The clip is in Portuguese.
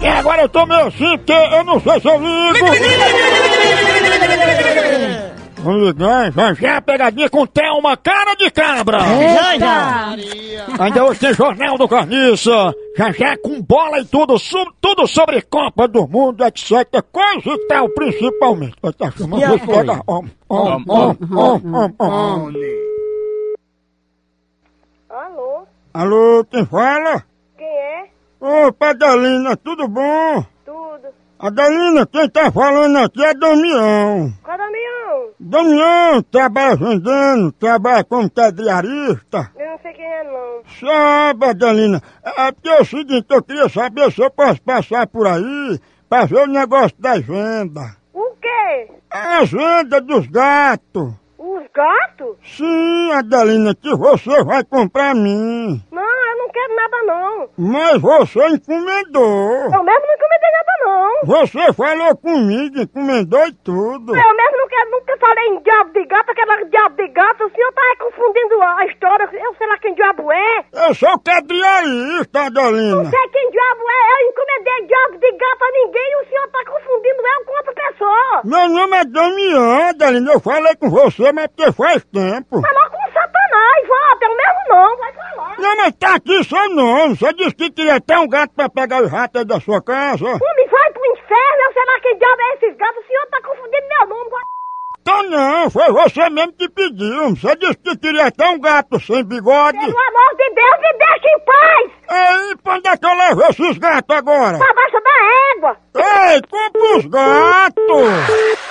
agora eu tô meio assim, porque eu não sei se eu ligo. Vamos ligar, já já a pegadinha com Thelma, cara de cabra. É. Eita! Ainda hoje tem Jornal do Carniça, já já é com bola e tudo, sub, tudo sobre Copa do Mundo, etc. Coisa e tal, principalmente. Vai tá chamando, E vou aí? pegar. Om, om, om, om, om, om. Alô? Alô, quem fala? Quem é? Ô, Padalina, tudo bom? Tudo. Adalina, quem tá falando aqui é Damião. Qual Damião? Damião trabalha vendendo, trabalha como cadearista. Eu não sei quem é não. Sabe, Adalina, é porque é o seguinte, eu queria saber se eu posso passar por aí pra ver o negócio das vendas. O quê? As vendas dos gatos. Os gatos? Sim, Adalina, que você vai comprar a mim. Não, eu não quero nada não. Mas você encomendou. Eu mesmo não encomendei nada não. Você falou comigo, encomendou e tudo. Eu mesmo não quero, nunca falei em diabo de gato, aquela diabo de gato. O senhor tá aí confundindo a a história. Eu sei lá quem diabo é. Eu sou cadeirista, Não Adalina. sei quem diabo é. Eu encomendei diabo de gato a ninguém e o senhor tá confundindo eu com outra pessoa. Meu nome é Damião, Adalina. Eu falei com você, mas porque faz tempo. Falou Tá com o satanás, ó. Pelo mesmo não, vai falar. Não, mas tá aqui seu nome. Você disse que queria até um gato pra pegar os ratos aí da sua casa. Homem, vai pro inferno, eu sei lá quem diabo é esses gatos, o senhor tá confundindo meu nome com a... Então não, foi você mesmo que pediu. Você disse que queria até um gato sem bigode. Pelo amor de Deus, me deixa em paz! Tá Ei, pra onde é que eu levo esses gatos agora? Pra baixo da égua! Ei, compra os gatos!